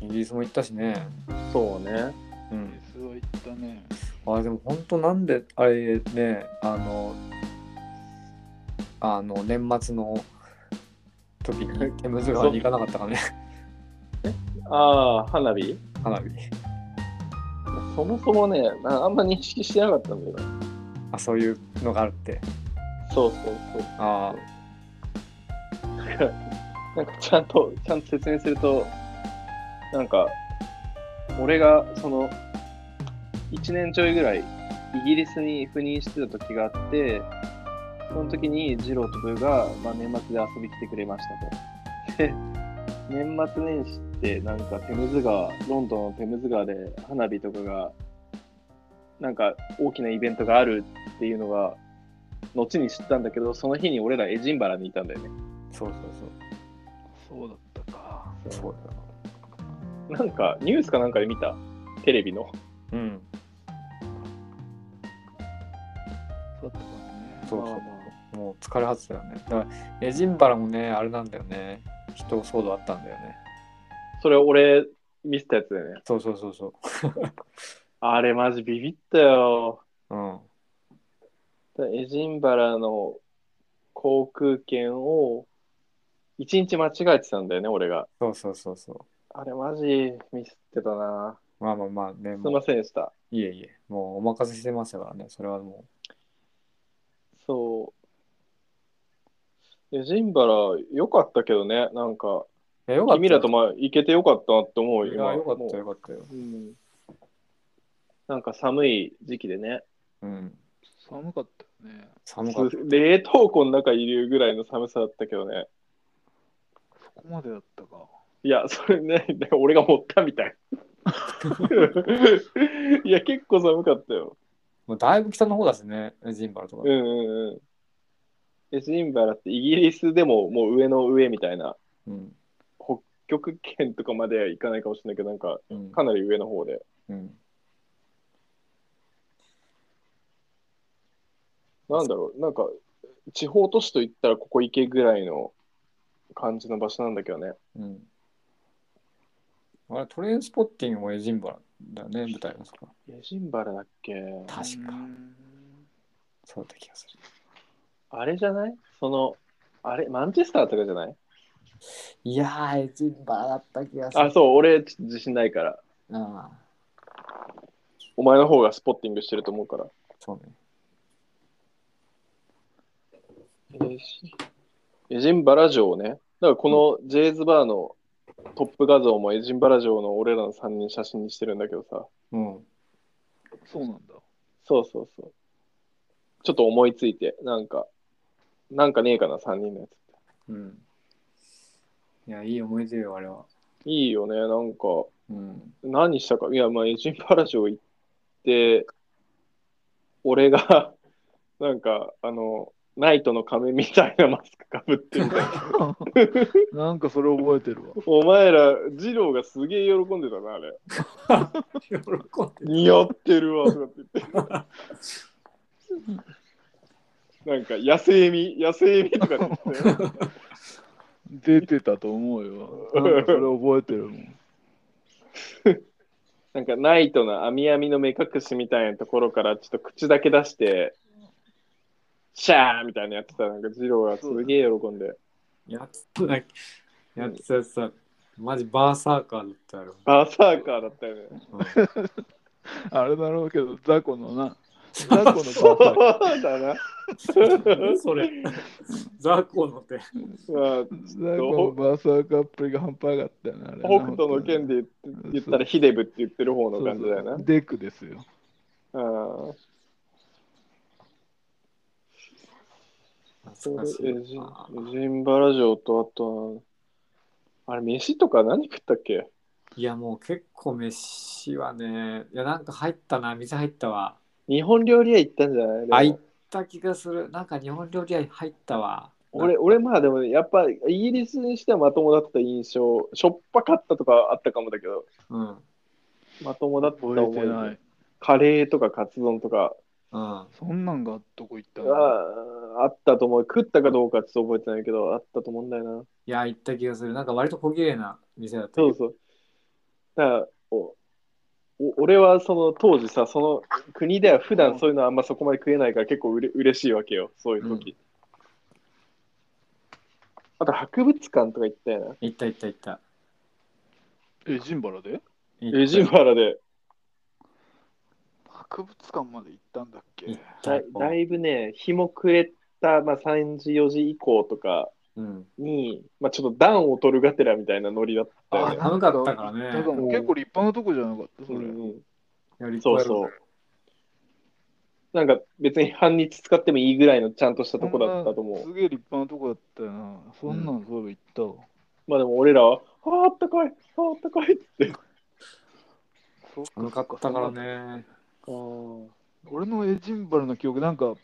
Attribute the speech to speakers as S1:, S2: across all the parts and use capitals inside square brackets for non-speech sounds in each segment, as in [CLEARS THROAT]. S1: イギリスも行ったしね。
S2: そうね。
S1: う
S3: フェ
S1: ん。
S3: スは行ったね。
S1: あれでも本当なんであれねあのあの年末の時にテムズ川に行かなかったかね
S2: ああ、花火
S1: 花火。
S2: そもそもね、ああんま認識してなかったんだけど。
S1: あそういうのがあるって。
S2: そうそうそう。
S1: あ
S2: なんかちゃんと、ちゃんと説明すると、なんか、俺がその、1年ちょいぐらい、イギリスに赴任してた時があって、その時に二郎とブーが、まあ、年末で遊び来てくれましたと。で、年末年始って、なんかテムズ川、ロンドンのテムズ川で花火とかが、なんか大きなイベントがあるっていうのが、後に知ったんだけど、その日に俺らエジンバラにいたんだよね。
S1: あそうそう
S3: そうだったか。
S1: そう。そうだよ
S2: なんかニュースかなんかで見たテレビの。
S1: うん。
S3: そうだったかもね。
S1: そうそう
S3: まあまあ
S1: もう疲れ果てたよね。だからエジンバラもねあれなんだよね。人騒動あったんだよね。
S2: それ俺見せたやつだよね。
S1: そうそうそうそ
S2: あれマジビビったよ。
S1: う。うん。
S2: エジンバラの航空券を1日間違えてたんだよね、俺が。
S1: そうそうそうそ
S2: あれマジミスってたな。
S1: う。まあまあまあね。
S2: すい
S1: もう
S2: ませんでした。
S1: いえいえ。もうお任せしてましたからね。それはも
S2: そう。エジンバラ良かったけどね、なんか。
S1: う。いやよかった。
S2: 君らとまあ行けて良かったなって思う
S1: いや、よかった
S2: も
S1: よ
S2: う
S1: よかったよ。
S2: うんなんか寒い時期でね。
S1: うん。
S3: 寒かったよね。
S1: 寒かった。
S2: 冷凍庫の中いるぐらいの寒さだったけどね。
S3: そこまでだったか。
S2: いや、それね、 [LAUGHS] で俺が持ったみたい。 [LAUGHS] いや、結構寒かったよ。
S1: もうだいぶ北の方だしね、ジンバルとか。
S2: うんうんうん。エジンバラってイギリスでももう上の上みたいな、
S1: うん。
S2: 北極圏とかまでは行かないかもしれないけど、なんか
S1: うん。
S2: かなり上の方で。
S1: うん、
S2: なんだろう、なんか地方都市といったらここ行けぐらいの感じの場所なんだけどね。
S1: うんあれ、トレインスポッティングもエジンバラだよね、舞台のそこ。
S2: エジンバラだっけ
S1: 確か
S3: うー。ん
S1: そうだった気がする。
S2: あれじゃないその、あれ、マンチェスターとかじゃない
S1: いやー、エジンバラだった気がする。
S2: あ、そう、俺、ちょっと自信ないから。
S1: ああ
S2: お前の方がスポッティングしてると思うから。
S1: そうね。
S2: エジンバラ城ね。だからこのジェイズバーのトップ画像もエジンバラ城の俺らの3人写真にしてるんだけどさ。
S1: うん。
S3: そうなんだ。
S2: そうそうそう。ちょっと思いついて、なんか、なんかねえかな、3人のやつ。
S1: うん。いや、いい思い出よ、あれは。
S2: いいよね、なんか、
S1: うん。
S2: 何したか。いや、まあ、エジンバラ城行って、俺が、なんか、あの、ナイトの仮面みたいなマスクかぶってる。
S3: [LAUGHS] なんかそれ覚えてるわ。
S2: お前ら、二郎がすげえ喜んでたな、あれ。
S1: [LAUGHS] 喜んでる
S2: 似合ってるわ、とかって言って。なんか、野生味、野生味とかって言ってたよ。
S3: 出てたと思うよ。なんかそれ覚えてるもん。
S2: なんか、ナイトの網網の目隠しみたいなところから、ちょっと口だけ出して、シャーみたいなのやってた。なんか、二郎がすげえ喜んで。
S1: やってただけ。やってたやつさ、マジバーサーカーだったやろ。
S2: バーサーカーだったよね。
S3: あれだろうけど、雑魚のな。雑魚のバーサーカ
S2: そうだな。
S1: 何 [LAUGHS] それザコの手
S2: まあ
S3: ー。雑魚のバーサーカーっぷりが半端なかったよね。あれな
S2: 北斗の剣で言って言ったらヒデブって言ってる方の感じだよな。
S3: そうそうデックですよ。
S2: うん
S1: 懐かし
S2: エジ
S1: い
S2: ン
S1: な。
S2: エジンバラ城とあとは、あれ、飯とか何食ったっけ
S1: いやもう結構飯はね、いやなんか入ったな、店入ったわ。
S2: 日本料理屋行ったんじゃない
S1: あ、
S2: で
S1: 行
S2: も
S1: った気がする。なんか日本料理屋入ったわ。
S2: 俺、俺まあでもね、やっぱイギリスにしてはまともだった印象、しょっぱかったとかあったかもだけど、
S1: うん。
S2: まともだった
S3: 覚え
S2: 思
S3: てない
S2: い。。カレーとかカツ丼とか、
S1: うん。
S3: そんなんがどこ行った
S2: あ
S3: の
S2: ーあったと思う。食ったかどうかちょっと覚えてないけど、あったと思うんだよな。
S1: いや、行った気がする。なんか割と小綺麗な店だったけ
S2: そ
S1: ど。
S2: うそう。だからおお俺はその当時さ、その国では普段そういうのあんまそこまで食えないから結構うれ嬉しいわけよ、そういう時。あと博物館とか行ったよな。
S1: 行った行った行った。
S3: え、ジンバラで
S2: エジンバラで
S3: 博物館まで行ったんだっけ
S1: 行っ
S2: だ
S1: た。
S2: だいぶね、日も暮れた、まあ、3時、4時以降とか
S1: うん。
S2: に、まあ、ちょっと暖を取るがてらみたいなノリだったよね。
S1: 寒かったからね
S3: だから結構立派なとこじゃなかった、それ。
S2: うんうん
S1: やり
S2: そう
S1: こ
S2: そう
S1: やろ。
S2: なんか別に半日使ってもいいぐらいのちゃんとしたとこだったと思
S3: そ
S2: う。
S3: んなすげえ立派なとこだったよな。そんなんそういえば行ったわ。
S2: まあでも俺らは、あーあったかい、あーあったかいっつって。
S3: そっ
S1: 寒かったから。ね。
S3: 俺のエジンバラの記憶、なんか、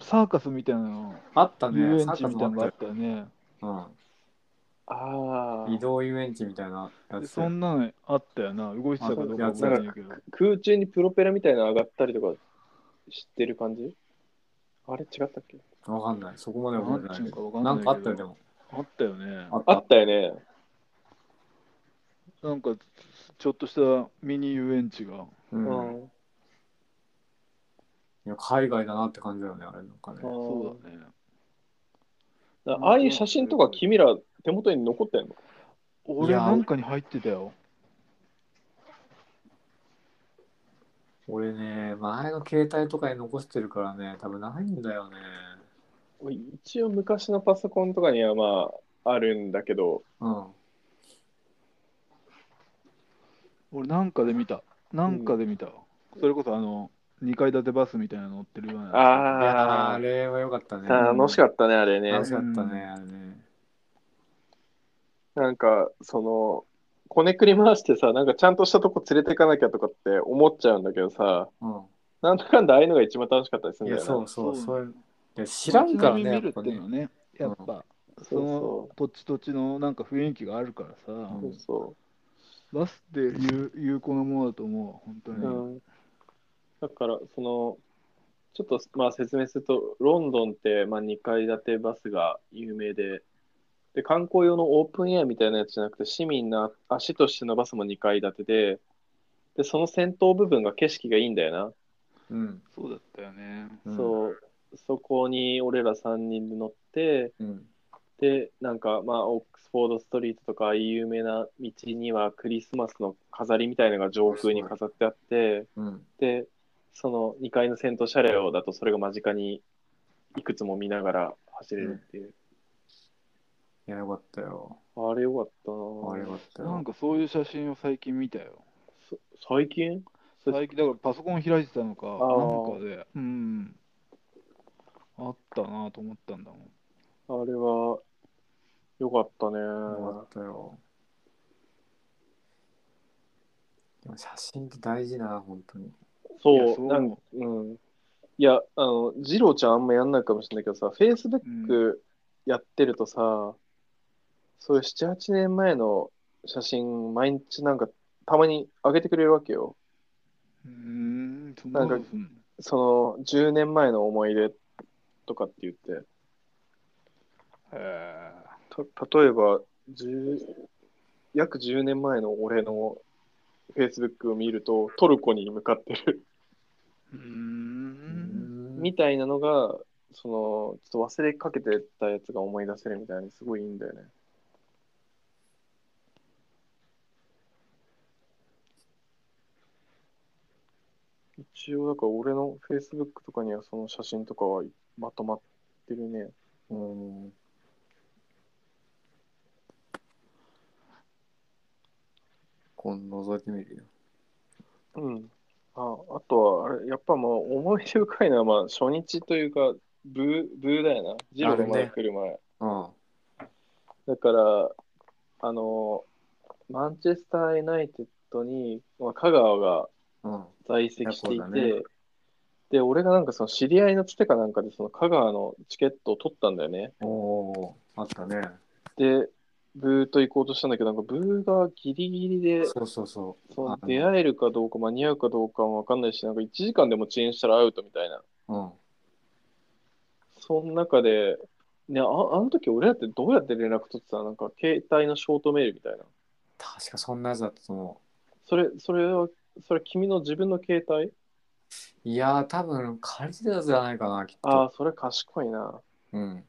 S3: サーカスみたいな、
S1: あった
S3: 遊
S1: ね。
S3: 園地みたいなのがあったよね。
S1: うん
S2: あ
S1: 移
S2: あ。
S1: 動遊園地みたいなや
S3: で
S1: つ。
S3: そんなのあったよな。動いてたかどうか覚えてないけど。
S2: 空中にプロペラみたいなの上がったりとか知ってる感じあれ違ったっけ
S1: わかんない。そこまでわかんないけど。な
S3: なん
S1: ん
S3: て
S1: かあ
S3: いうのかわかんないけど
S1: ったよ、でも。
S3: あったよね。
S2: あったよね。
S3: なんか、ちょっとしたミニ遊園地が。
S1: う。
S2: うんん。
S1: いや海外だなって感じだよね、あれなんかね。
S3: そ
S2: そう
S3: だね。
S2: うだああいう写真とか君ら手元に残ってんの
S3: 俺なんかに入ってたよ。
S1: 俺ね、前の携帯とかに残してるからね、多分ないんだよね。
S2: 俺一応昔のパソコンとかにはまああるんだけど、
S1: うん。
S3: 俺なんかで見た。なんかで見たわ。それこそあの、2階建てバスみたいなの乗ってるような。
S1: いやーあ
S2: あ
S1: れは良かったね。
S2: あ、楽しかったね、あれね。
S1: 楽しかったね、あれね。
S2: なんか、その、こねくり回してさ、なんかちゃんとしたとこ連れていかなきゃとかって思っちゃうんだけどさ、
S1: う
S2: なんだかんだああいうのが一番楽しかったりす
S1: ん。い
S2: るん
S1: や、
S2: だよ
S1: そ
S2: ね。
S1: うそう、
S3: そう
S1: そういう。いや知らんからね、
S3: 街並み見る
S1: やっ
S3: って
S1: ぱ
S3: いうの
S1: ね
S3: は。ね、やっぱ、そ
S2: そう
S3: の土地土地のなんか雰囲気があるからさ、
S1: ん
S2: そうそ
S3: バスって有有効なものだと思うわ、本当
S2: う。
S3: に。
S2: うん。だから、その、ちょっと、まあ説明すると、ロンドンって、まあ2階建てバスが有名で、で、観光用のオープンエアみたいなやつじゃなくて、市民の足としてのバスも2階建てで、で、その先頭部分が景色がいいんだよな。
S1: うん。
S3: そうだったよね。
S1: うん
S2: そう、そこに俺ら3人で乗って、
S1: うん。
S2: で、なんか、まあ、オックスフォードストリートとか、ああいう有名な道にはクリスマスの飾りみたいなのが上空に飾ってあって、
S1: うん。
S2: で、その2階の先頭車両だと、それが間近にいくつも見ながら走れるっていう。
S1: いや、良かったよ。
S2: あれよかった
S1: あれ良
S2: な
S1: か
S2: ぁ
S1: った
S3: なん
S1: よ。
S3: かそういう写真を最近見たよ。
S2: そ最近そう
S3: 最近、だからパソコン開いてたのか、
S2: ー
S3: なんかで、うん。あったなと思ったんだもん。
S2: あれは、よかったね。
S1: 良かったよ。でも写真って大事だな、本当に。
S3: いや
S2: そ、
S3: そうう
S2: なんか、うん。いや、あの、ジローちゃんあんまやんないかもしれないけどさ、Facebook やってるとさ、そういう7、8年前の写真、毎日なんか、たまに上げてくれるわけよ。
S3: うーん、そんなことすんの
S2: その、10年前の思い出とかって言って、
S3: へ
S2: た例えば、10約10年前の俺の Facebook を見ると、トルコに向かってる
S3: ーうー。
S1: うんん
S2: みたいなのが、その、ちょっと忘れかけてたやつが思い出せるみたいにすごいいいんだよね。一応、だから俺の Facebook とかにはその写真とかはまとまってるね。
S1: うん今度覗いてみるよ。
S2: うん。ああとは、あれ、やっぱもう思い出深いのは、まあ初日というか、ブー、ブーだよな。ジローがまだ来る前。
S1: うん。
S2: だから、あの、マンチェスター・ユナイテッドに、まあ、香川が
S1: うん。
S2: 在籍してい
S1: いやそうだ
S2: て、
S1: ね
S2: で、俺がなんかその知り合いのつてかなんかで、その香川のチケットを取ったんだよね。
S1: おおー、あったね。
S2: で、ブーと行こうとしたんだけど、なんかブーがギリギリで、
S1: そうそうそ
S2: その
S1: あの
S2: 出会えるかどうか間に合うかどうかもわかんないし、なんか1時間でも遅延したらアウトみたいな。
S1: う。うん。
S2: その中で、ね、ああの時俺らってどうやって連絡取ってたなんか携帯のショートメールみたいな。
S1: 確かそんなやつだったと思
S2: それ、それは、それ君の自分の携帯
S1: いやー、多分借りてたじゃないかな、きっ
S2: ああ
S1: と。、
S2: それ賢いな。
S1: うん。
S2: だ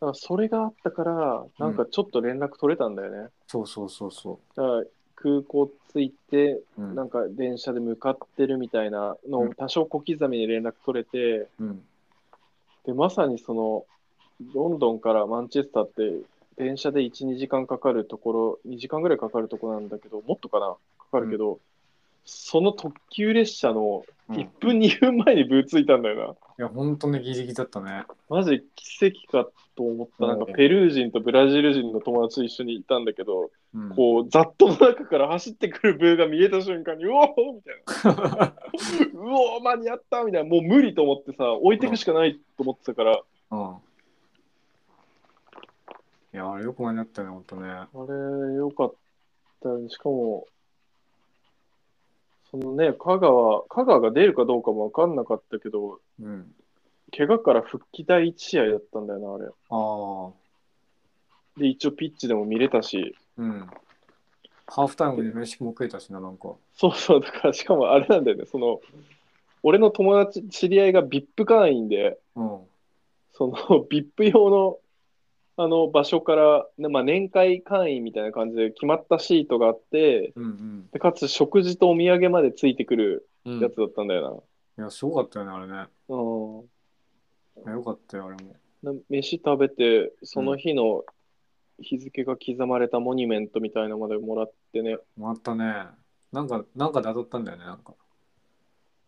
S2: からそれがあったから、なんかちょっと連絡取れたんだよね。
S1: そうそうそうそ
S2: だから空港着いて、
S1: う。うん。
S2: なんか電車で向かってるみたいなの
S1: う
S2: を
S1: ん
S2: 多少小刻みに連絡取れて、
S1: うん、
S2: で、まさにその、ロンドンからマンチェスターって、電車で1、2時間かかるところ、2時間ぐらいかかるところなんだけど、もっとかなかかるけど、その特急列車の
S1: うん
S2: 1
S1: い
S2: 分、2分前にぶついたんだよ
S1: や、本当ね、ギリギリだったね。
S2: な。マジ奇跡かと思った。なんか
S1: うん
S2: ペルー人とブラジル人の友達と一緒にいたんだけど、
S1: うん、
S2: こう、ざっとの中から走ってくるブーが見えた瞬間に、うおーみたいな。
S1: [LAUGHS]
S2: うおー間に合ったみたいな。もう無理と思ってさ、置いていくしかないと思ってたから、
S1: うん。いや、あれよく前になったよね、本当ね。
S2: あれ、よかったよね。しかも、そのね、香川、香川が出るかどうかも分かんなかったけど、
S1: うん。
S2: 怪我から復帰第1試合だったんだよな、あ
S1: ああ。
S2: れ。で、一応ピッチでも見れたし、
S1: うん。ハーフタイムで飯も食えたしな、なんか。
S2: そうそう、だから、しかもあれなんだよね、その、俺の友達、知り合いが VIP 会員で、
S1: うん。
S2: その [LAUGHS] VIP 用のあの場所から、ねまあ、年会会員みたいな感じで決まったシートがあって、
S1: うん
S2: でかつ食事とお土産までついてくる
S1: うん。
S2: や
S1: い
S2: つだったんだよ
S1: や、すごかったよね、あれね。
S2: な。うん
S1: いやよかったよ、あれも。
S2: で飯食べて、その日の日付が刻まれたモニュメントみたいなのまでもらってね。
S1: もらったね。なんか、なんかで当たったんだよね、なんか。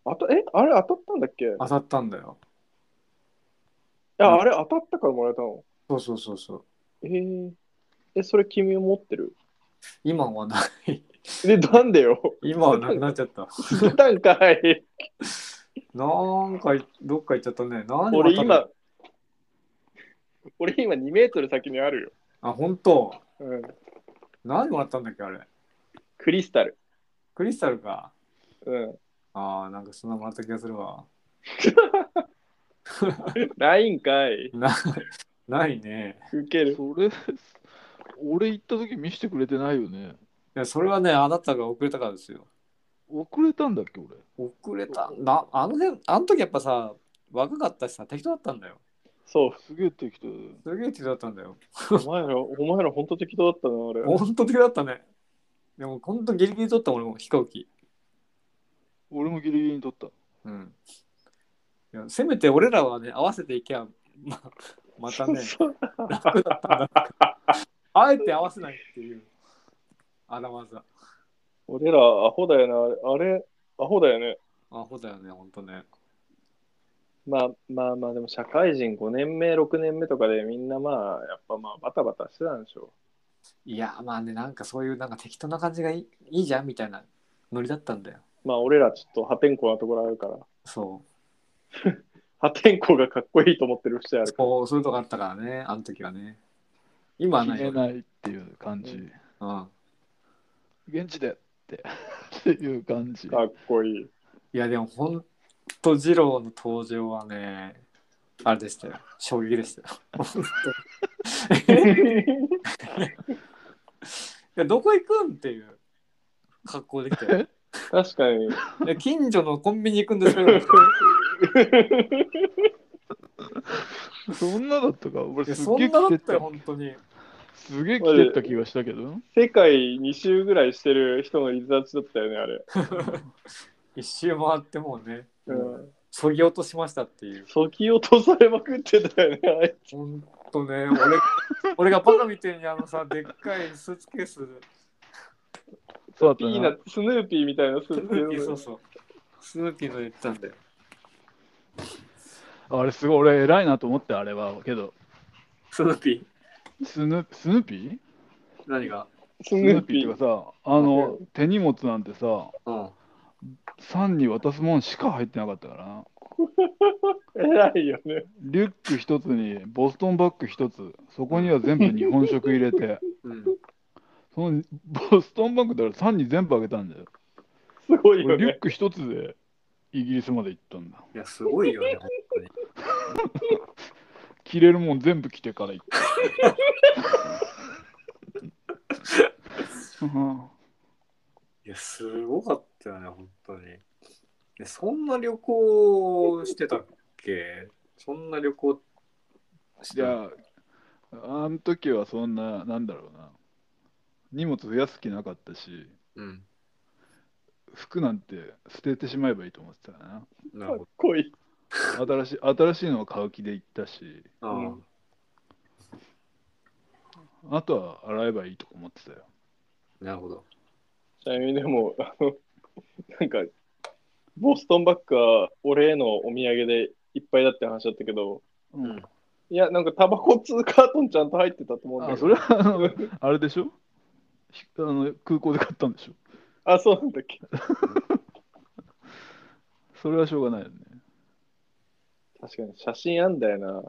S2: あたえあれ当たったんだっけい
S1: 当たったんだよ。
S2: や、あれ当たったからもらえたの。
S1: そうそうそうそう。
S2: えー、え、それ君持ってる
S1: 今はない。 [LAUGHS]
S2: で、なんでよ [LAUGHS]
S1: 今はなくなっちゃった。
S2: 聞いたんかい
S1: なんか、どっか行っちゃったね。何
S2: 俺
S1: 当たっ
S2: 今、俺今2メートル先にあるよ。
S1: た。あ、本当
S2: うん、
S1: 何もらったんだっけ、あれ。
S2: クリスタル。
S1: クリスタルか。
S2: うん、
S1: ああ、なんかそんなもらった気がするわ。
S2: ないんかい。
S1: な、ないね。
S2: 受ける。
S3: それ、俺行った時見せてくれてないよね。
S1: いや、それはね、あなたが遅れたからですよ。
S3: 遅れたんだっけ、俺。
S1: 遅れたなあの辺あの時やっぱさ若かったしさ適当だったんだよ
S2: そ
S3: すげえ適当だよ。
S1: すげえ適当だったんだよ
S2: う。お前ら、お前ら本当適当だったな、俺。
S1: ほんと適当だったねでもほんとギリギリ取った俺も飛行機
S3: 俺もギリギリに取った。
S1: うんいやせめて俺らはね合わせていけばままたね
S2: そう
S1: 楽だったんだあえて合わせないっていうあらまざ
S2: 俺ら、アホだよな。あれ、あれアホだよね。
S1: アホだよねほんとね
S2: まあまあまあ、でも社会人5年目、6年目とかでみんなまあ、やっぱまあ、バタバタしてたんでしょ
S1: いやまあねなんかそういうなんか適当な感じがいいいいじゃんみたいなノリだったんだよ
S2: う。まあ、俺らちょっと破天荒なところあるから。
S1: そう
S2: 破天荒がかっこいいと思ってる節ある。
S1: こうそういうとこあったからね、あの時はね。今はない
S3: 決め
S1: よ、
S3: ないっていう感じ。
S2: うん
S1: うん。
S3: 現地でって。 [LAUGHS] っていう感じ。
S2: かっこいい。
S1: いや、でも本当、二郎の登場はね、あれでしたよ。衝撃でしたよ。本当にいやどこ行くんっていう格好できたよ。
S2: 確かに。 [LAUGHS]
S1: いや近所のコンビニ行くんです [LAUGHS] けど、い
S3: そんなだったか俺
S1: や
S3: す
S1: そ
S3: っ
S1: ん
S3: げ
S1: なだ
S3: え来て
S1: っ
S3: った
S1: よ、本当に。
S3: すげえ来てった気がしたけど。
S2: 世界2周ぐらいしてる人の逸脱だったよね、あれ。
S1: 一周回ってもうね、
S2: うん。
S1: そぎ落としましたっていう。
S2: そぎ落とされまくってたよね、あい
S1: ほんとね、俺 [LAUGHS] 俺がバカみてえにあのさ、でっかいスーツケース、
S3: そうだっ
S2: つ。
S3: た
S2: ピーナ
S3: な
S2: ッツ、スヌーピーみたいなス
S1: スヌーピー、そ
S2: ー
S1: う
S2: ツ。
S1: そう。スヌーピーの言ってたんだよ。
S3: あれすごい俺偉いなと思ってあれはけど
S1: スヌーピー
S3: スヌスヌーピー
S1: 何が
S2: ス
S3: ス
S2: ヌ
S3: ヌ
S2: ー
S3: ーピ
S2: ピ
S3: ー
S2: ー
S3: って。かさあの手荷物なんてさ
S1: うん。
S3: サンに渡すもんしか入ってなかったからな
S2: 偉いよね。
S3: リュック一つにボストンバッグ一つそこには全部日本食入れて
S1: うん。
S3: そのボストンバッグだからサンに全部あげたんだよ
S2: すごいよ
S3: 俺リュッ
S2: ね。
S3: ク一つでイギリスまで行ったんだ
S1: いや、すごいよね。
S3: 着れるもん全部着てから行 [LAUGHS] ったうん
S1: いや、すごかったよね、本当に。えそんな旅行してたっけそんな旅行して
S3: じゃあ、あの時はそんな、なんだろうな。荷物増やす気なかったし、
S1: うん。
S3: 服なんて捨ててしまえばいいと思ってたな。
S1: な
S2: か
S1: る
S2: っこいい。
S3: 新しい新しいのを買う気で行ったし、
S1: ほど。ああ
S2: うん
S3: あとは洗えばいいとか思ってたよ。
S1: なるほど。
S2: ちなみにでも、あの、なんか、ボストンバッグは俺へのお土産でいっぱいだって話だったけど、
S1: うん
S2: いや、なんかタバコ2カートンちゃんと入ってたと思うんだ
S3: あ、
S2: け
S3: そ
S2: ど。
S3: れはあの、あれでしょひあの空港で買ったんでしょ
S2: あ、そうなんだっけ。
S3: それはしょうがないよね。
S2: 確かに写真あんだよな。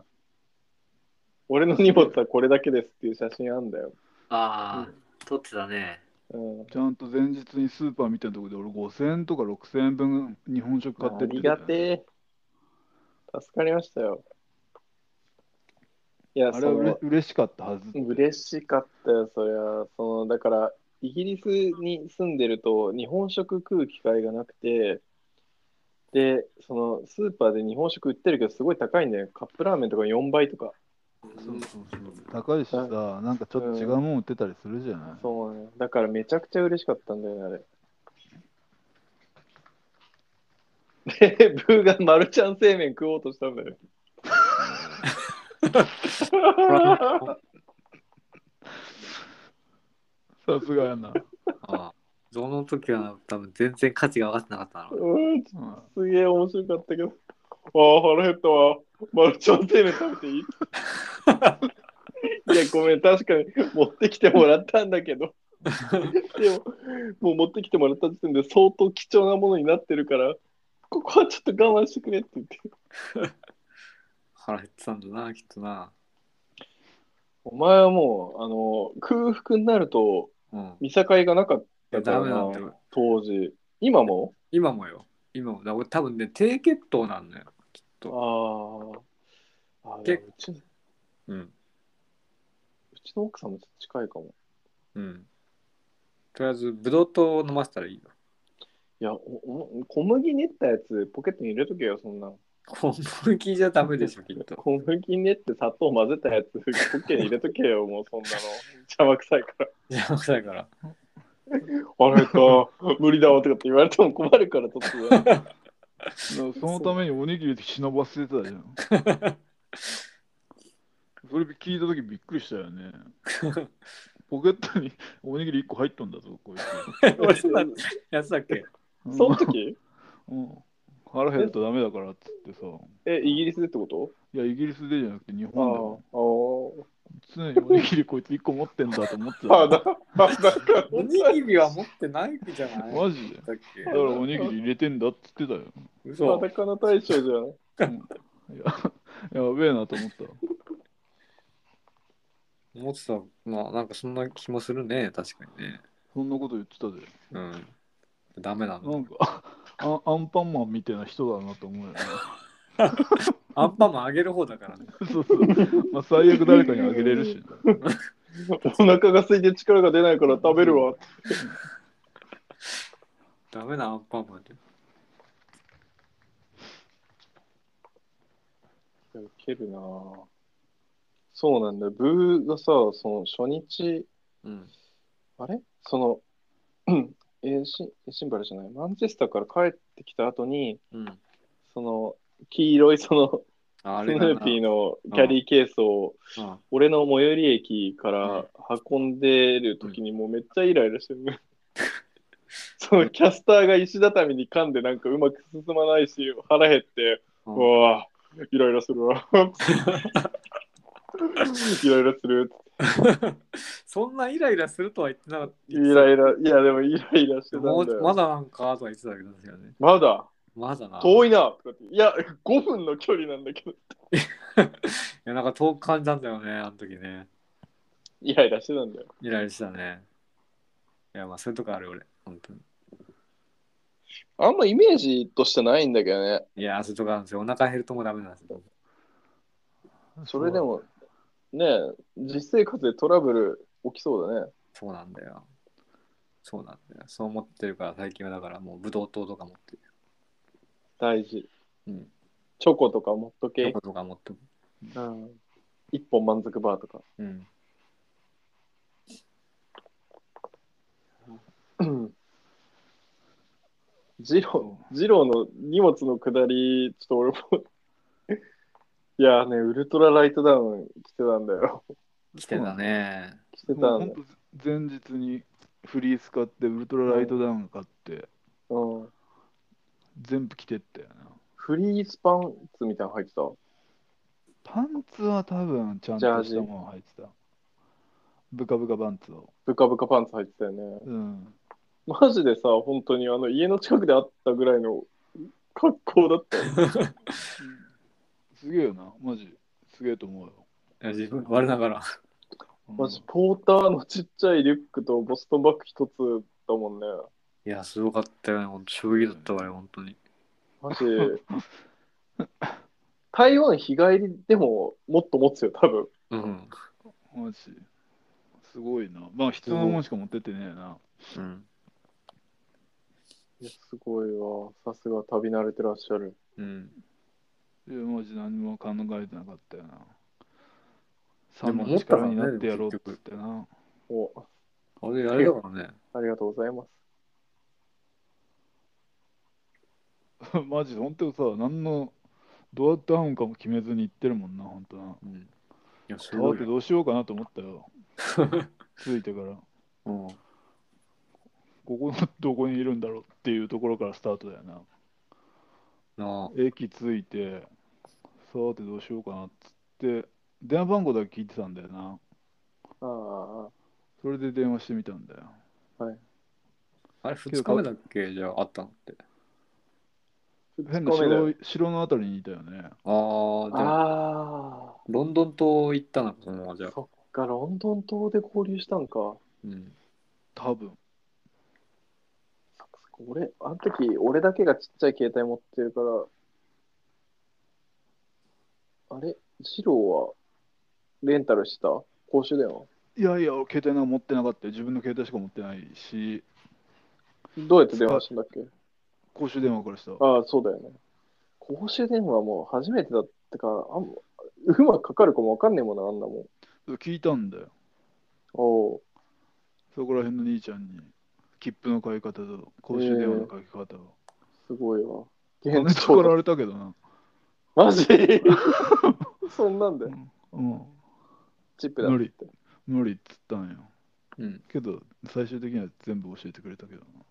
S2: 俺の荷物はこれだけですっていう写真あんだよ。
S1: ああ、撮ってたね。
S2: うん。
S3: ちゃんと前日にスーパーみたいなところで俺5000円とか6000円分日本食買って
S2: あ
S3: って
S2: りがてえ。助かりましたよ。いや、
S3: あ
S2: そ
S3: れはうれ
S2: の、
S3: 嬉しかったはず。
S2: 嬉しかったよ、そりゃ。その、だから、イギリスに住んでると、日本食食う機会がなくて、で、その、スーパーで日本食売ってるけど、すごい高いんだよ。カップラーメンとか4倍とか。
S3: そうそうそう。高いしさ、なんかちょっと違うもん売ってたりするじゃない。
S2: そうね。だから、めちゃくちゃ嬉しかったんだよね、あれ。 [LAUGHS] で、ブーがマルちゃん製麺食おうとしたんだよ。
S3: さすが
S2: [LAUGHS]
S3: やな。
S1: ああ。その時は多分全然価値が分かってなかったの。
S2: うん、
S3: うん
S2: すげえ面白かったけど。ああ、腹減ったわ。マルちゃん製麺食べて [LAUGHS] いいいや、ごめん、確かに持ってきてもらったんだけど。でも、もう持ってきてもらった時点で相当貴重なものになってるから、ここはちょっと我慢してくれって言って。
S1: 腹減ってたんだな、きっとな。
S2: お前はもう、あの、空腹になると
S1: うん。
S2: 見境がなかっ
S1: いや
S2: た
S1: ダ
S2: から
S1: メなん
S2: な
S1: だよ。
S2: 当時。今も
S1: 今もよ。今も。だから俺多分ね、低血糖なんだよ。きっと。
S2: あーあー。
S1: け
S2: うちの
S1: うん。
S2: うちの奥さんもちょっと近いかも。
S1: うん。とりあえず、ブドウ糖飲ませたらいいよ。
S2: いや、おお小麦練ったやつポケットに入れとけよ、そんな。
S1: 小麦じゃダメでしょ、きっと。
S2: 小麦練って砂糖混ぜたやつポケに入れとけよ、もうそんなの。邪魔くさいから。
S1: 邪魔くさいから。
S2: あれか、無理だわとかって言われても困るから、ちょっ
S1: [LAUGHS]
S2: と。
S3: そのためにおにぎり忍ばせてたじゃん。それ聞いたときびっくりした
S2: [LAUGHS]
S3: よね。ポケットにおにぎり1個入っとんだぞ、こいつ。
S1: 俺さ、やってたっけ
S2: [LAUGHS] その時
S3: うん、腹減ったらダメだからっつってさ。
S2: え、イギリスでってこと
S3: いや、イギリスでじゃなくて日
S2: ああ
S3: 本でも
S2: あ
S3: 常におにぎりこいつ1個持ってんだと思ってた。
S2: ああ、だ、あだから、
S1: おにぎりは持ってないじゃない
S3: マジで。だ
S1: だっけ
S3: からおにぎり入れてんだっつ
S2: [LAUGHS]
S3: ってたよ。
S1: 嘘
S2: 裸の大将じゃん。
S3: いや、やべえなと思った。
S1: 思ってた。まあ、なんかそんな気もするね。確かにね。
S3: そんなこと言ってたで。
S1: うん。ダメなんだ
S3: なんか、あアンパンマンみたいな人だなと思うよね。 [LAUGHS]
S1: アンパンマンあげる方だからね。
S3: そうそう。まあ、最悪誰かにあげれるしね、
S2: お腹が空いて力が出ないから食べるわ。
S1: ダメなアンパンマンで。
S2: いやウケるなぁそうなんだよ。ブーがさ、その初日、
S1: うん。
S2: あれその、 [CLEARS THROAT] うんえーシンシンバルじゃない、マンチェスターから帰ってきた後に、
S1: うん。
S2: その、黄色いその、
S1: あ
S2: ス
S1: れ
S2: ヌ
S1: だな
S2: ーピーのキャリーケースを、
S1: うん
S2: 俺の最寄り駅から運んでる
S1: うん
S2: 時にもうめっちゃイライラしてる。
S1: [LAUGHS]
S2: そのキャスターが石畳に噛んでなんかうまく進まないし、腹減って、
S1: う
S2: うんわぁ、イライラする
S1: [LAUGHS]
S2: わ。イライラする。
S1: そんなイライラするとは言ってなかった。
S2: イライラ、いやでもイライラしてたんだ
S1: もう
S2: よ。
S1: まだなんかとは言ってたけどですよね。
S2: まだ
S1: まだな。
S2: 遠
S1: い。い
S2: いなとかって。いや、5分の距離なんだけど。
S1: や、なんか遠く感じたんだよね、あの時ね。
S2: イライラしてたんだよ。
S1: イライラしたね。いや、まあ、そういうとこある俺。本当に。
S2: あんまイメージとしてないんだけどね。
S1: いや、そういうとこあるんですよ。お腹減るともうダメなんですよ。
S2: [LAUGHS] それでも、ねえ、実生活でトラブル起きそうだね。
S1: そうなんだよ。
S4: そうなんだよ。そう思ってるから、最近はだからもうブドウ糖とか持ってる。
S2: 大事。
S4: うん。
S2: チョコとか持っと
S4: チ
S2: け
S4: ョ。コとか持ってる。
S2: うん。一本満足バーとか。 [CLEARS THROAT]
S4: うん。
S2: ジロー、ジローの荷物の下り、ちょっと俺も。 [LAUGHS] いやーね、ウルトラライトダウン着てたんだよ。
S4: 来てたね。
S2: 着て
S3: も
S2: た
S3: うん
S2: だ
S3: 本。当前日にフリース買ってウルトラライトダウン買って
S2: うん。
S3: 全部着てったよな
S2: フリースパンツみたいなの入ってた。
S3: パンツは多分ちゃんとしたもの入ってたブカブカパンツを
S2: ブカブカパンツ入ってたよね。
S3: うん
S2: マジでさ、本当にあの家の近くであったぐらいの格好だったよ。
S3: すげえよなマジすげえと思うよ、
S4: いや自分、我ながら。
S3: うん
S2: マジポーターのちっちゃいリュックとボストンバッグ一つだもんね。
S4: いや、すごかったよね。本当衝撃だったわよ、本当に。
S2: マジ。台湾日帰りでももっと持つよ、多分。
S4: うん。
S3: マジすごいなまあ必要なもんしか持ってってねえな
S4: うん。
S2: いやすごいわ。さすが旅慣れてらっしゃる。
S4: うん。
S3: いやマジ何も考えてなかったよな
S4: で
S3: 3
S4: も
S3: の
S4: 思ったか
S3: 力
S4: らね
S3: になってやろうっつってな [LAUGHS]
S2: お、
S4: あれ、あれだからね。
S2: ありがとうございます。
S3: マジで本当にさ何のドアダウンかも決めずに行ってるもんな本当な
S4: うん。いや、す
S3: 慌
S4: ご
S3: て
S4: い
S3: て
S4: よ。
S3: どうしようかなと思っ
S4: [LAUGHS]
S3: たよ着いてから
S4: うん。
S3: ここのどこにいるんだろうっていうところからスタートだよな
S4: なあ。
S3: 駅着いてさーてどうしようかなっつって電話番号だけ聞いてたんだよな
S2: ああ、
S3: それで電話してみたんだよ
S4: あれ、2日目だっけじゃあ、あったのって。
S3: 変
S2: 2日目
S3: な
S2: だ
S3: 城
S2: よ。
S3: い城のあたりにいたよね
S4: あー、でも、
S2: あ
S4: ロンドン島行ったのか、そのままじゃ
S2: あ、
S4: あ。
S2: そっか、ロンドン島で交流したんか。
S4: うん。
S3: 多分
S2: そっかそっか俺、あの時、俺だけがちっちゃい携帯持ってるから、あれ、ジローはレンタルした公衆電話
S3: いやいや俺携帯なんか持ってなかったよ自分の携帯しか持ってないし
S2: どうやって電話したんだっけ
S3: 公衆電話からした
S2: ああ、そうだよね。公衆電話も初めてだったから、あんうまくかかるかもわかんねえもんな、あんなもん。
S3: 聞いたんだよ
S2: おお
S3: そこら辺の兄ちゃんに切符の買い方と公衆電話の書き方を、
S2: う、すごいわ。
S3: 金
S2: 現
S3: 取ら
S2: 状
S3: れたけどな、
S2: マジ [LAUGHS] そんなんだよ。
S3: うん、
S2: チップだって。
S3: 無理っつったんよ
S4: うん。
S3: けど最終的には全部教えてくれたけどな
S2: ああ、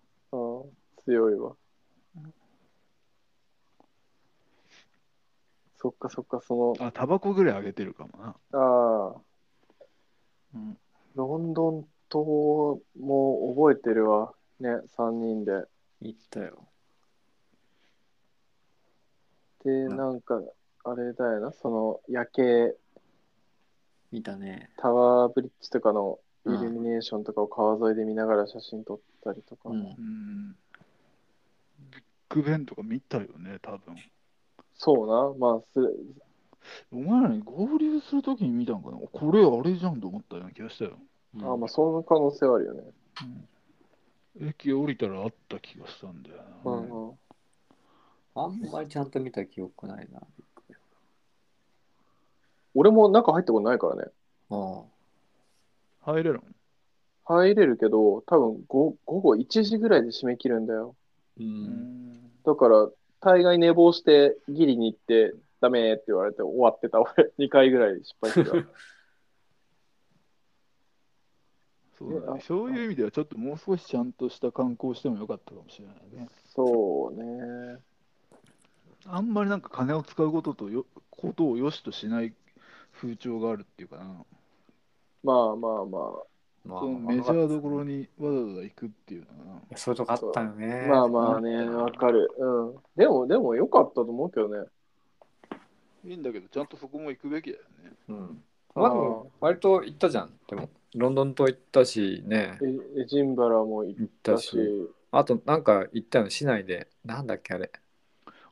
S2: 強いわ。そっかそっか、その、
S3: あ、タバコぐらいあげてるかもな。
S2: ああ、
S3: うん。
S2: ロンドン島も覚えてるわ。ね、3人で。
S4: 行ったよ。
S2: で、
S4: ん
S2: なんか、あれだよな、その夜景、
S4: 見たね。
S2: タワーブリッジとかのイ
S4: うん
S2: ルミネーションとかを川沿いで見ながら写真撮ったりとか。
S4: うん。
S3: うん。ビッグベンとか見たよね、多分。
S2: そうな、まあ、す
S3: お前らに合流するときに見たんかなこれあれじゃんと思ったような気がしたよ。
S2: あまあ、その可能性はあるよね。
S3: うん、駅降りたらあった気がしたんだよ
S2: う
S3: な。
S2: んうん
S4: あんまりちゃんと見た記憶ないな。
S2: 俺も中入ったことないからね。
S4: あ
S3: 入れるん
S2: 入れるけど、多分ご午後1時ぐらいで締め切るんだよ。
S4: う。
S3: うんん。
S2: だから、大概寝坊して、ギリに行って、ダメーって言われて終わってた。俺、2回 [LAUGHS] ぐらい失敗してた。
S4: [LAUGHS]
S3: そうだ
S2: あ
S3: ね、そういう意味ではちょっともう少しちゃんとした観光してもよかったかもしれないね。
S2: そうね。
S3: あんまりなんか金を使うこととよことを良しとしない風潮があるっていうかな。
S2: まあまあま
S4: まあ
S3: そのメジャーどころにわざわざ行くっていうのはな。
S4: そういうとこあったよ
S2: あ。
S4: ね。
S2: まあまあね、わかる。うん。でも、でも良かったと思うけどね。
S3: いいんだけど、ちゃんとそこも行くべきだよね。
S4: うん。
S2: あ
S4: まあでも割と行ったじゃん。でも、ロンドン島行ったしね、
S2: エエジンバラも行っ
S4: 行った
S2: た
S4: し
S2: し、、
S4: あとなんか行ったの、市内で、なんだっけあれ。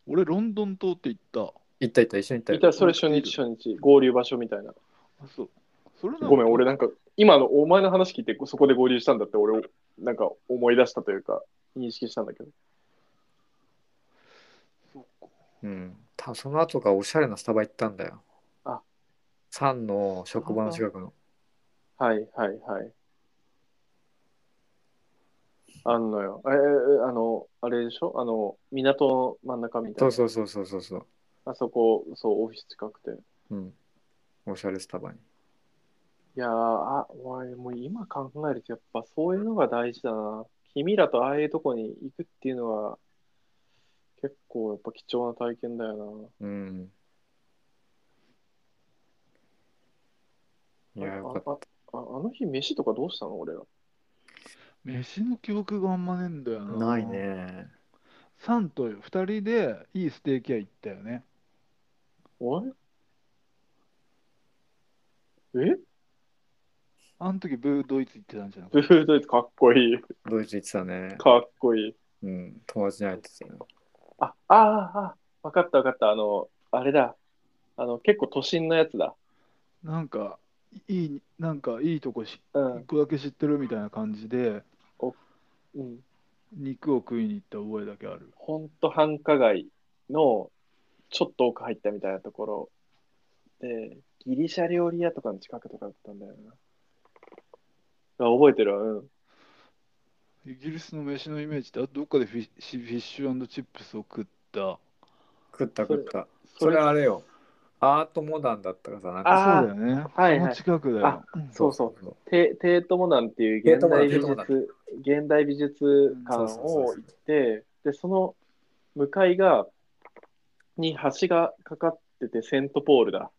S3: 俺、ロンドン島って行った。
S4: 行った行った、一緒に行った
S2: い
S4: よ
S2: たそれ初日初日、合流場所みたいな。
S3: あ、そう。それ
S2: ごめん、俺
S3: だ。
S2: なんか、今のお前の話聞いて、そこで合流したんだって、俺、なんか思い出したというか、認識したんだけど。
S1: うん。たその後がおしゃれなスタバ行ったんだよ。
S2: あ
S1: サンの職場の近くの。
S2: はいはいはい。あんのよ。えーあの、あれでしょあの、港の真ん中みたいな。
S1: そうそうそうそうそうそう。
S2: あそこ、そう、オフィス近くて。
S1: うん。おしゃれスタバに。
S2: いやー、あ、おい、もう今考えると、やっぱそういうのが大事だな。君らとああいうとこに行くっていうのは、結構やっぱ貴重な体験だよ
S1: うん。い
S2: な。
S1: や、よかっ
S2: ああああの日、飯とかどうしたの俺ら。
S3: 飯の記憶があんまねえんだよ
S1: た。
S3: な。
S1: ない。ね。
S3: サンと2人でいいステーキ屋行ったよね。
S2: おいえ [LAUGHS]
S3: あの時ブードイツ行ってたんじゃな
S2: ブ
S3: くて。
S2: ードイツかっこいい。
S1: ドイツ行ってたね。
S2: かっこいい。
S1: うん。友達に会えてたよ。
S2: あ、ああ、あわかったわかった。あの、あれだ。あの、結構都心のやつだ。
S3: なんか、いい、なんかいいとこし、
S2: うん
S3: 一。個だけ知ってるみたいな感じで、
S2: うん。
S3: 肉を食いに行った覚えだけある。
S2: ほんと繁華街のちょっと奥入ったみたいなところで、ギリシャ料理屋とかの近くとかだったんだよな。あ覚えてるわ、うん。
S3: イギリスの飯のイメージって、あとどっかでフィッシュフィッシュチップスを食った。
S1: 食った
S2: それ
S1: 食った。それあれよ。アートモダンだったからさ、なんか
S3: そう
S2: あー
S3: だよね。
S2: はい
S3: そ
S2: は
S3: の
S2: い
S3: 近くだよ。うん
S2: そうそう
S1: そう。
S2: テテートモダンっていう
S1: テー
S2: 現
S1: トモダン
S2: 代美
S1: テートモダ
S2: 術、現代美術館
S1: うんそうそうそ
S2: を
S1: う
S2: 行って、で、その向かいが、に橋がかかってて、セントポールだ。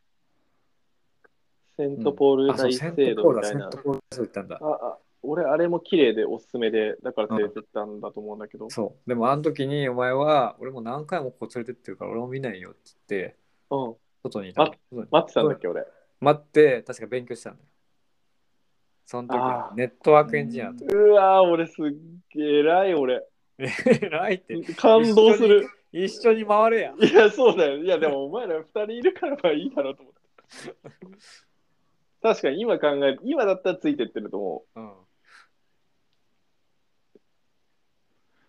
S2: セントポール
S1: あ、そう、
S2: 大
S1: セン
S2: 聖
S1: トポ
S2: 堂
S1: ール
S2: み
S1: だ、
S2: た
S1: セント
S2: いな。
S1: ポール大聖堂行ったんだ。
S2: ああ俺、あれも綺麗でおすすめで、だから連れてったんだと思うんだけど。
S1: そう。でも、あの時に、お前は、俺も何回もここ連れてってるから、俺も見ないよって言って、
S2: うん。
S1: 外にいたの。外に
S2: 待ってたんだっけ、俺。
S1: 待って、確か勉強したんだよ。その時
S2: あー、
S1: ネットワークエンジニアと。
S2: うわー、俺すっげえ偉い、俺。
S1: 偉いって。
S2: 感動する。
S1: 一緒に回れや。
S2: いや、そうだよ。いや、でもお前ら二人いるからまあいいだろうと思って。確かに今考え、今だったらついてってると思
S1: うん。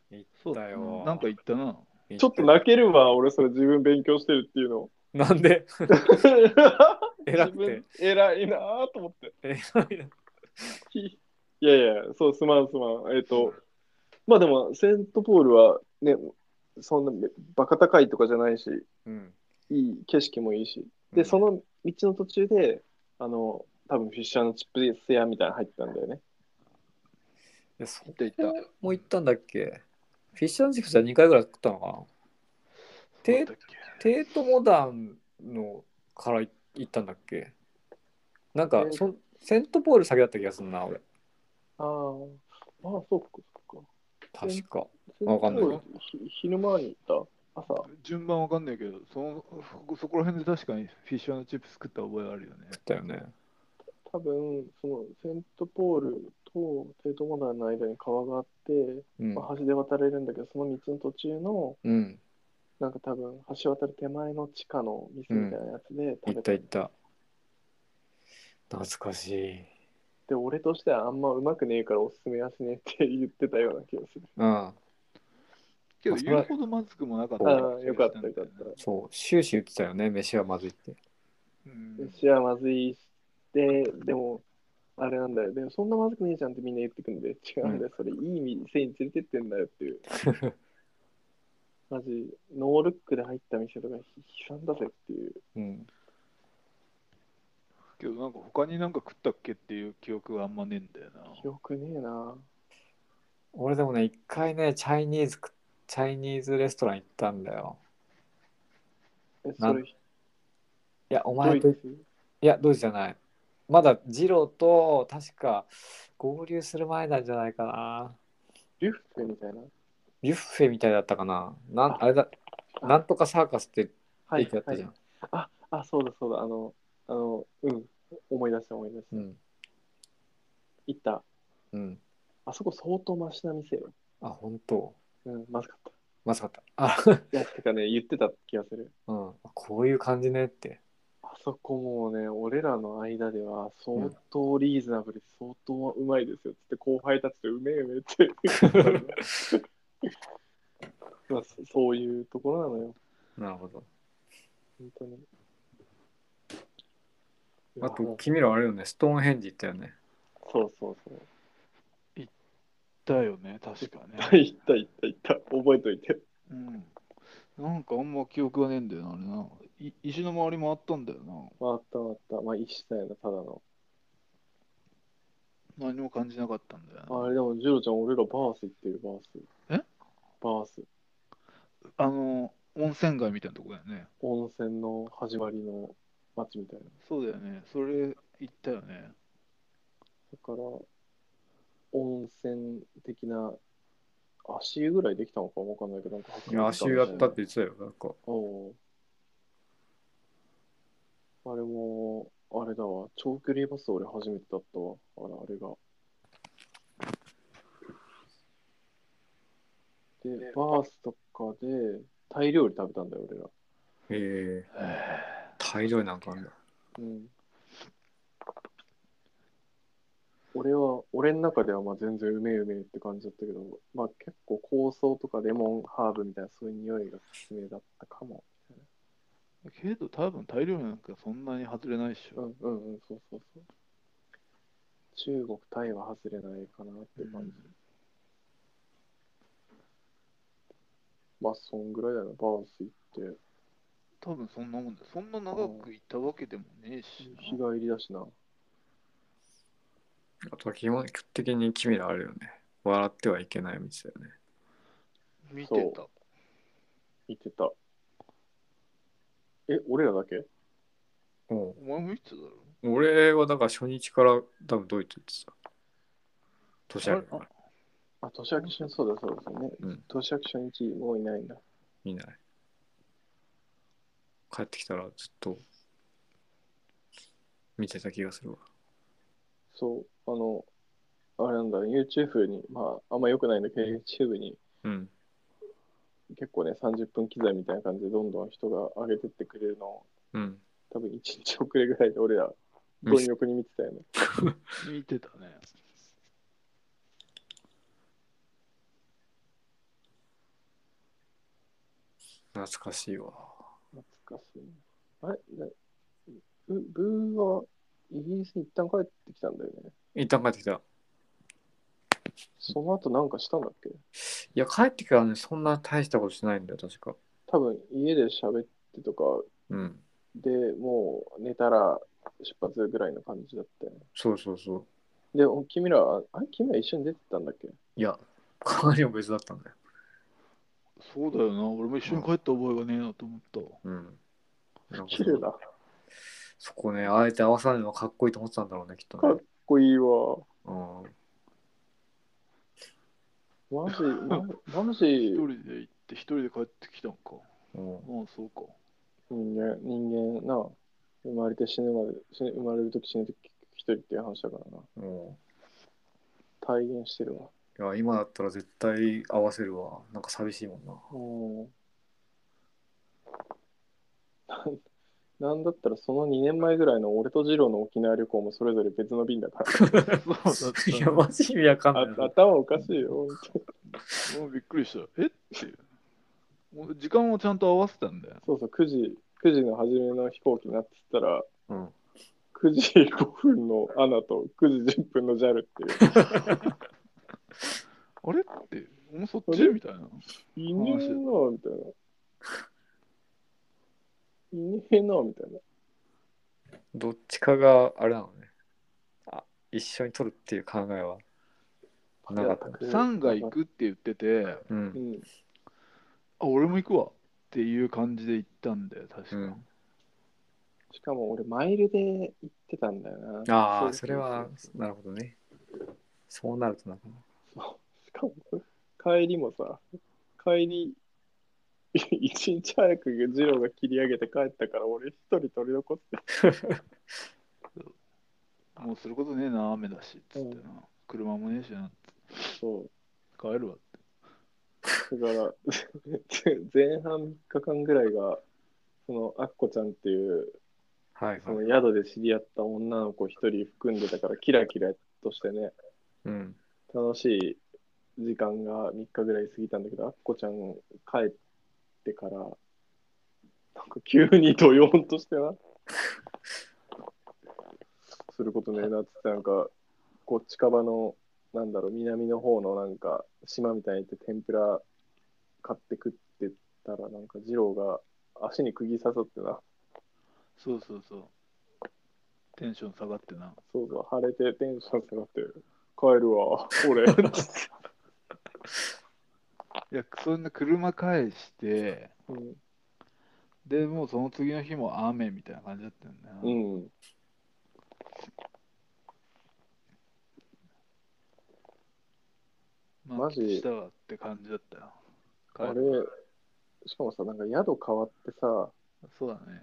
S1: 行
S3: そう
S1: ったよ。
S3: なんか行ったな。
S2: う。ちょっと泣けるわ、俺、それ自分勉強してるっていうの。
S1: なんで [LAUGHS] 偉
S2: 自
S1: くて
S2: 分。、偉いなーと思って。
S1: 偉いな。
S2: いやいや、そう、すまんすまん。えっ、と、まあでも、セントポールはね、そんなめバカ高いとかじゃないし、
S1: うん。
S2: いい景色もいいし。で、その道の途中で、あの、多分フィッシャーのチップス屋みたいなの入ってたんだよね。
S1: いやそ
S3: 行った行った。
S1: もう行ったんだっけフィッシュチップスは2回ぐらい食ったのかなテー
S3: そうだっけ
S1: テートモダンのから行ったんだっけなんか
S2: えー
S1: そんセントポール先だった気がするな俺
S2: ああ、ああ、そっか、そっか。
S1: 確かわ
S2: わ
S1: かんないよ
S2: 昼間に行った朝。
S3: 順番わかんないけど、そのそこそこら辺で確かにフィッシュチップス食った覚えあるよね。
S1: だよね
S2: 多分、そのセントポールとテートモダンの間に川があって、
S1: うん
S2: まあ、橋で渡れるんだけど、その道の途中の、
S1: うん
S2: なんか多分、橋渡る手前の地下の店みたいなやつで食
S1: 行っ
S2: べ
S1: た
S2: た。
S1: 行った懐かしい
S2: で、俺としてはあんまうまくねえからおすすめはしねえって言ってたような気がする。
S1: うん
S3: けど
S1: あそれ
S3: 言うほどまずくもなかった。
S2: ああ、よかったよかった。
S1: そう終始言ってたよね飯はまずいって
S3: うん
S2: 飯はまずいして、でも、あれなんだよ。でも、そんなまずくねえじゃんってみんな言ってくんで、違うんだよ。それ、いい店に連れてってんだよっ
S1: [LAUGHS]
S2: ていう。マジ、ノールックで入った店とか、悲惨だぜっていう。
S1: うん
S3: けどなんか他になんか食ったっけっていう記憶があんまねえんだよ
S2: 記憶ねえな。
S1: 俺でもね一回ねチャイニーズ食チャイニーズレストラン行ったんだよ
S2: え、
S1: な
S2: そ
S1: ん
S2: れ、
S1: いやお
S2: ド
S1: 前
S2: イ
S1: と
S2: ツ
S1: いや、ドイツじゃない。まだジローと確か合流する前なんじゃないかな。
S2: ビュッフェみたいな。
S1: ビュッフェみたいだったかな。なん
S2: あ
S1: あれだ、なんとかサーカスって
S2: は
S1: 駅
S2: い
S1: だっ、た
S2: は
S1: じゃ
S2: い
S1: ん。。
S2: あ、あ、そうだそうだ。あの、あの、うん。思い出した思い出し
S1: う
S2: た。
S1: ん。
S2: 行った。
S1: うん。
S2: あそこ相当マシな店よ。
S1: あ、本当。
S2: うん、まずかっ
S1: まずかった。あ、
S2: た。いや、てかね、言ってた気がする。
S1: うん。こういう感じねって。
S2: あ、そこもうね、俺らの間では相当リーズナブルで相当うまいですよっつって後輩たちとうめえうめえって。 [LAUGHS] まあ、そそういうところなのよ、
S1: なるほど。
S2: 本当に。
S1: あと、君らあれよね、ストーンヘンジ行ったよね。
S2: そうそうそう。
S3: だよね、確かね。
S2: いったいったいった。覚えといて。
S3: うん。なんかあんま記憶がねえんだよな、あれな。い石の周りもあったんだよな。
S2: まあ、あったあった。まあ、石だよな、ただの。
S3: 何も感じなかったんだよな。
S2: あれでも、ジロちゃん、俺らバース行ってる、バース。
S3: え
S2: バース。
S3: あの、温泉街みたいなとこだよね。
S2: 温泉の始まりの街みたいな。
S3: そうだよね。それ行ったよね。
S2: だから、温泉的な、足湯ぐらいできたのかわかんないけど、なんか
S1: いや、足湯やったって言ってたよ。なんか、
S2: おうあれも、あれだわ。長距離バス俺初めてだったわ。あれ、あれが。で、バースとかで、タイ料理食べたんだよ、俺ら。
S1: ええ大量になんかあんだ。
S2: うん。俺は、俺の中ではまあ全然うめえうめえって感じだったけど、まあ結構香草とかレモンハーブみたいなそういう匂いがきつめだったかも。
S3: けど多分大量なんかそんなに外れないっし
S2: う
S3: ょ。
S2: んうんうん、そうそうそう。中国、タイは外れないかなって感じ。まあ、そんぐらいだな、バース行って。
S3: 多分そんなもんだよ。そんな長くいたわけでもねえし
S2: 日帰りだしな。
S1: あとは基本的に君らあれよね。笑ってはいけない道だよね。
S3: な。見てた。
S2: 行ってた。え、俺らだけ
S1: おう
S3: お前も見てただろ。
S1: 俺はだから初日から多分ドイツ行ってた。年明けから
S2: あ、年明け初日、そうだそうだそうね。
S1: うん
S2: 年明け初日、もういないんだ。
S1: 見ない。帰ってきたらずっと見てた気がするわ。
S2: そう、あの、あれなんだ、YouTube に、まあ、あんま良くないんだけど、YouTube に
S1: うん。
S2: 結構ね、30分刻みみたいな感じで、どんどん人が上げてってくれるのを、
S1: うん。
S2: 多分1日遅れぐらいで俺ら、貪欲に見てたよね。
S3: 見てたね。
S1: 懐かしいわ。
S2: 懐かしい。あれなブブーはイギリスに一旦帰ってきたんだよね。
S1: 一旦帰ってきた。
S2: その後なんかしたんだっけ
S1: いや、帰ってからね、そんな大したことしないんだよ、確か。
S2: 多分家で喋ってとか
S1: うん。
S2: でもう寝たら出発ぐらいの感じだったよね。
S1: そうそうそう。
S2: で、君らは、あれ君ら一緒に出てたんだっけ
S1: いや、かなりも別だったんだよ。
S3: そうだよな。俺も一緒に帰った覚えがねえなと思った。
S1: うん。なんか
S2: 綺麗だ。か
S1: そこね、あえて合わさないのはかっこいいと思ってたんだろうね、きっと
S2: かっ
S1: ね。
S2: こいいわ。
S1: うん。
S2: マジ、ママジ
S3: 一、人で行って一人で帰ってきたんか。
S1: うん
S3: ああ、そうか。
S2: 人間、人間な、生まれて死ぬまで、死ぬ生まれるとき死ぬとき一人っていう話だからな。
S1: も
S2: 体現してるわ。
S1: ういや今だったら絶対合わせるわなんか寂しいもんな
S2: うんなんなんだったらその2年前ぐらいの俺と二郎の沖縄旅行もそれぞれ別の便だから。
S3: そうだった。
S1: いやマジ意味わかんない
S2: あ頭おかしいよ、本当
S3: もうびっくりした。えっていう。もう時間をちゃんと合わせたんだよ。
S2: そうそう、9時、9時の初めの飛行機になってたら、
S1: うん
S2: 9時5分のアナと9時10分の JAL っていう。
S3: あれって、もうそっ
S2: あ
S3: ち
S2: れ
S3: みたいな。
S2: いねえなあみたいな。いねえなあみたいな。
S1: どっちかがあれなのねあ一緒に撮るっていう考えはなかったね
S2: うん
S3: サンが行くって言ってて、あ、
S1: う
S2: うんん。
S3: 俺も行くわっていう感じで行ったんだよ、確か。
S1: うん
S2: しかも俺、マイルで行ってたんだよな。
S1: ああそれはなるほどねそうなるとなんか
S2: しかも、帰りもさ、帰り、 [LAUGHS] 一日早くジローが切り上げて帰ったから、俺一人取り残って。
S3: もうすることねえな、雨だし、つってな。車もねえしな、
S2: そう。
S3: 帰るわって。
S2: だから、前半3日間ぐらいが、その、アッコちゃんっていう、
S1: はい
S2: そ
S1: は
S2: の
S1: い。
S2: 宿で知り合った女の子一人含んでたから、キラキラとしてね、
S1: うん。
S2: 楽しい時間が3日ぐらい過ぎたんだけど、あっこちゃん帰ってから、なんか急にどよんとしてな。することねえなっつって、なんか、こう近場の、なんだろう、南の方のなんか、島みたいに行って天ぷら買って食ってたら、なんか、二郎が足に釘刺さってな、
S3: そうそうそう。テンション下がってな。
S2: そうそう、腫れてテンション下がって、帰るわ、俺。
S3: いや、そんな車返して、
S2: うん
S3: でもうその次の日も雨みたいな感じだったよね。
S2: うん。
S3: まあ、
S2: マジ
S3: したわって感じだったよ。
S2: あれ
S3: 帰る、
S2: しかもさ、なんか宿変わってさ、
S3: そうだね。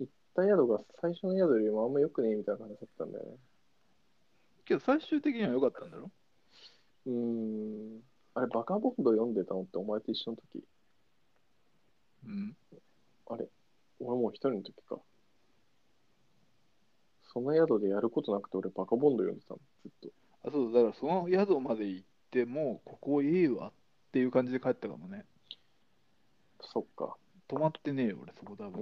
S2: 行った宿が最初の宿よりもあんま良くねえみたいな感じだったんだよね。
S3: けど最終的には良かったんだろ
S2: うーん。あれ、バカボンド読んでたのってお前と一緒の時
S3: うん。
S2: 俺もう一人の時か。その宿でやることなくて俺バカボンド読んでたの、ずっ
S3: あ、そうだ、だからその宿まで行って、もうここいいわっていう感じで帰ったかもね。
S2: と。そっか。
S3: 泊まってねえよ、俺そこ多
S2: うんう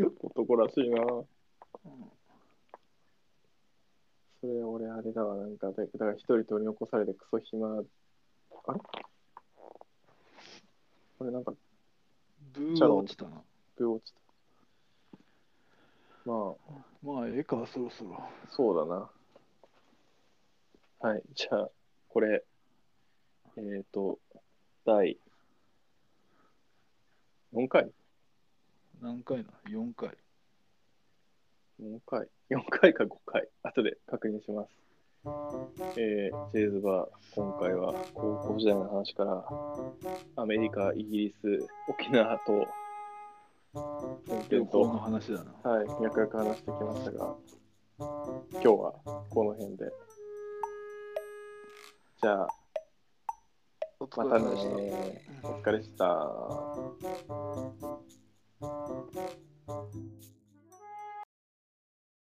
S2: ん。[LAUGHS] 男らしいな
S3: うん
S2: それ俺あれだわ、なんか、だだから一人取り残されてクソ暇。あれ俺なんか
S3: ブー落ちたな。
S2: ブー落ちた。まあ、
S3: まあ、ええか、そろそろ。
S2: そうだな。はい、じゃあ、これ、えっ、ー、と、第4回
S3: 何回な ?4 回。
S2: 4回 ?4 回か5回後で確認します。えー、ジェイズバー、今回は高校時代の話から、アメリカ、イギリス、沖縄と、点々
S3: 旅行の
S2: と、
S3: 話だな。
S2: はい、脈々話してきましたが、今日はこの辺で。じゃあ、
S3: お
S2: ま
S3: 疲
S2: た
S3: れ
S2: ね
S3: 様でした。
S2: お疲れでした。